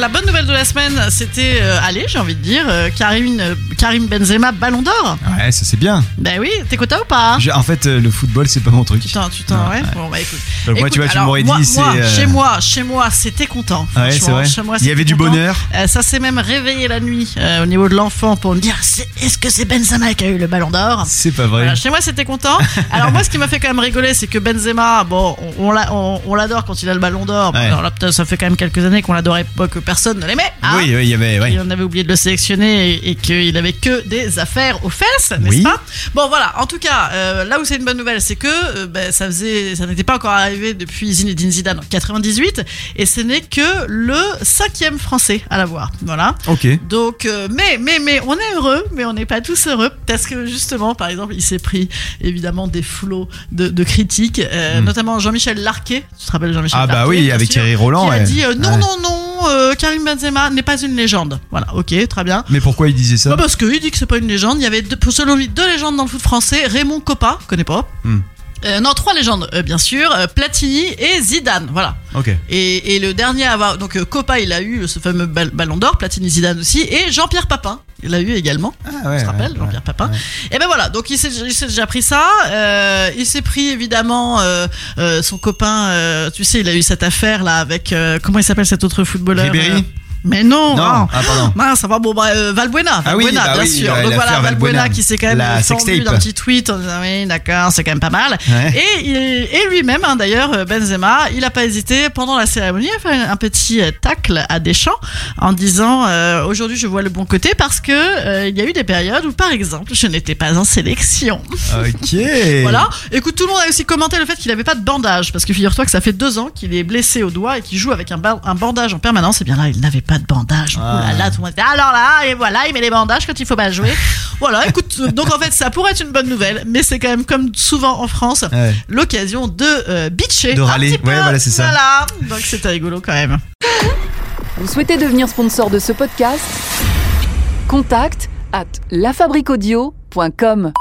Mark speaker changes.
Speaker 1: La bonne nouvelle de la semaine, c'était, euh, allez, j'ai envie de dire, euh, Karim, euh, Karim Benzema, Ballon d'Or.
Speaker 2: Ah Ouais, ça c'est bien.
Speaker 1: Ben oui, t'es content ou pas
Speaker 2: J'ai- En fait, euh, le football, c'est pas mon truc.
Speaker 1: Putain, putain, ouais. Bon, bah écoute.
Speaker 2: Donc moi,
Speaker 1: Écoute,
Speaker 2: tu vois, tu
Speaker 1: alors,
Speaker 2: m'aurais
Speaker 1: moi-
Speaker 2: dit, c'est.
Speaker 1: moi,
Speaker 2: euh,
Speaker 1: Chez moi, chez moi, c'était content.
Speaker 2: Ouais, c'est
Speaker 1: franchement.
Speaker 2: vrai.
Speaker 1: Chez moi,
Speaker 2: Il y
Speaker 1: c'était
Speaker 2: avait du
Speaker 1: content.
Speaker 2: bonheur.
Speaker 1: Euh, ça s'est même réveillé la nuit euh, au niveau de l'enfant pour me dire c'est- est-ce que c'est Benzema qui a eu le ballon d'or
Speaker 2: C'est pas vrai.
Speaker 1: Voilà, chez moi, c'était content. Alors, moi, ce qui m'a fait quand même rigoler, c'est que Benzema, bon, on, on l'a- on- on l'adore quand il a le ballon d'or. Bon,
Speaker 2: Ouais.
Speaker 1: Alors là, peut-être, ça fait quand même quelques années qu'on l'adorait pas, que personne ne l'aimait. hein.
Speaker 2: Oui, oui, il y avait.
Speaker 1: Et
Speaker 2: Ouais.
Speaker 1: on avait oublié de le sélectionner et, et qu'il avait que des affaires aux fesses, n'est-ce
Speaker 2: Oui.
Speaker 1: pas Bon, voilà. En tout cas, euh, là où c'est une bonne nouvelle, c'est que euh, ben, ça faisait, ça n'était pas encore arrivé depuis Zinedine Zidane en 98, et ce n'est que le cinquième Français à l'avoir. Voilà.
Speaker 2: Ok.
Speaker 1: Donc, euh, mais, mais, mais, on est heureux, mais on n'est pas tous heureux parce que justement, par exemple, il s'est pris évidemment des flots de, de critiques, euh,
Speaker 2: Mm.
Speaker 1: notamment Jean-Michel Larquet. Tu te rappelles Jean-Michel
Speaker 2: Ah bah
Speaker 1: Larquet,
Speaker 2: oui,
Speaker 1: bien
Speaker 2: avec
Speaker 1: sûr,
Speaker 2: Thierry
Speaker 1: Qui
Speaker 2: Roland.
Speaker 1: a
Speaker 2: ouais.
Speaker 1: dit euh, non,
Speaker 2: Ouais.
Speaker 1: non, non, euh, Karim Benzema n'est pas une légende. Voilà, ok, très bien.
Speaker 2: Mais pourquoi il disait ça
Speaker 1: Bah parce qu'il dit que c'est pas une légende. Il y avait deux, selon lui deux légendes dans le foot français Raymond Coppa, connais pas.
Speaker 2: Hmm.
Speaker 1: Euh, non, trois légendes, euh, bien sûr, euh, Platini et Zidane, voilà.
Speaker 2: Ok.
Speaker 1: Et, et le dernier à avoir, donc euh, Coppa, il a eu ce fameux bal- ballon d'or, Platini, Zidane aussi, et Jean-Pierre Papin, il l'a eu également.
Speaker 2: Ah ouais.
Speaker 1: Tu te rappelles,
Speaker 2: ouais,
Speaker 1: Jean-Pierre Papin
Speaker 2: ouais.
Speaker 1: Et ben voilà, donc il s'est il s'est déjà pris ça. euh, il s'est pris évidemment euh, euh, son copain. euh, tu sais, il a eu cette affaire là avec euh, comment il s'appelle cet autre footballeur
Speaker 2: Ribéry
Speaker 1: euh, Mais non.
Speaker 2: Non.
Speaker 1: ah.
Speaker 2: Ah pardon.
Speaker 1: Mince, ça va, bon, bah, euh, Valbuena,
Speaker 2: Ah oui,
Speaker 1: Valbuena,
Speaker 2: bah
Speaker 1: bien
Speaker 2: oui,
Speaker 1: sûr.
Speaker 2: euh,
Speaker 1: Donc voilà,
Speaker 2: l'affaire
Speaker 1: Valbuena,
Speaker 2: Valbuena
Speaker 1: qui s'est quand même euh,
Speaker 2: La
Speaker 1: fendu
Speaker 2: sextape.
Speaker 1: d'un petit tweet en disant oui, d'accord, c'est quand même pas mal.
Speaker 2: Ouais.
Speaker 1: Et, il- et lui-même, hein, d'ailleurs, euh, Benzema, il n'a pas hésité pendant la cérémonie à faire un petit euh, tacle à Deschamps en disant euh, aujourd'hui je vois le bon côté parce que euh, il y a eu des périodes où, par exemple, je n'étais pas en sélection.
Speaker 2: Ok.
Speaker 1: Voilà. Écoute, tout le monde a aussi commenté le fait qu'il n'avait pas de bandage parce que figure-toi que ça fait deux ans qu'il est blessé au doigt et qu'il joue avec un, ba- un bandage en permanence. Et bien là, il n'avait pas de bandage.
Speaker 2: Ah.
Speaker 1: Oh là là, tout le monde était, alors là, et voilà, il met les bandages quand il faut pas jouer. voilà. Écoute, euh, donc en fait, ça pourrait être une bonne nouvelle, mais c'est quand même comme souvent en France
Speaker 2: Ouais.
Speaker 1: l'occasion de euh, bitcher.
Speaker 2: De
Speaker 1: un
Speaker 2: râler.
Speaker 1: petit peu.
Speaker 2: Ouais, voilà, c'est ça.
Speaker 1: Voilà. Donc c'était rigolo quand même.
Speaker 3: Vous souhaitez devenir sponsor de ce podcast Contact à lafabriquaudio.com.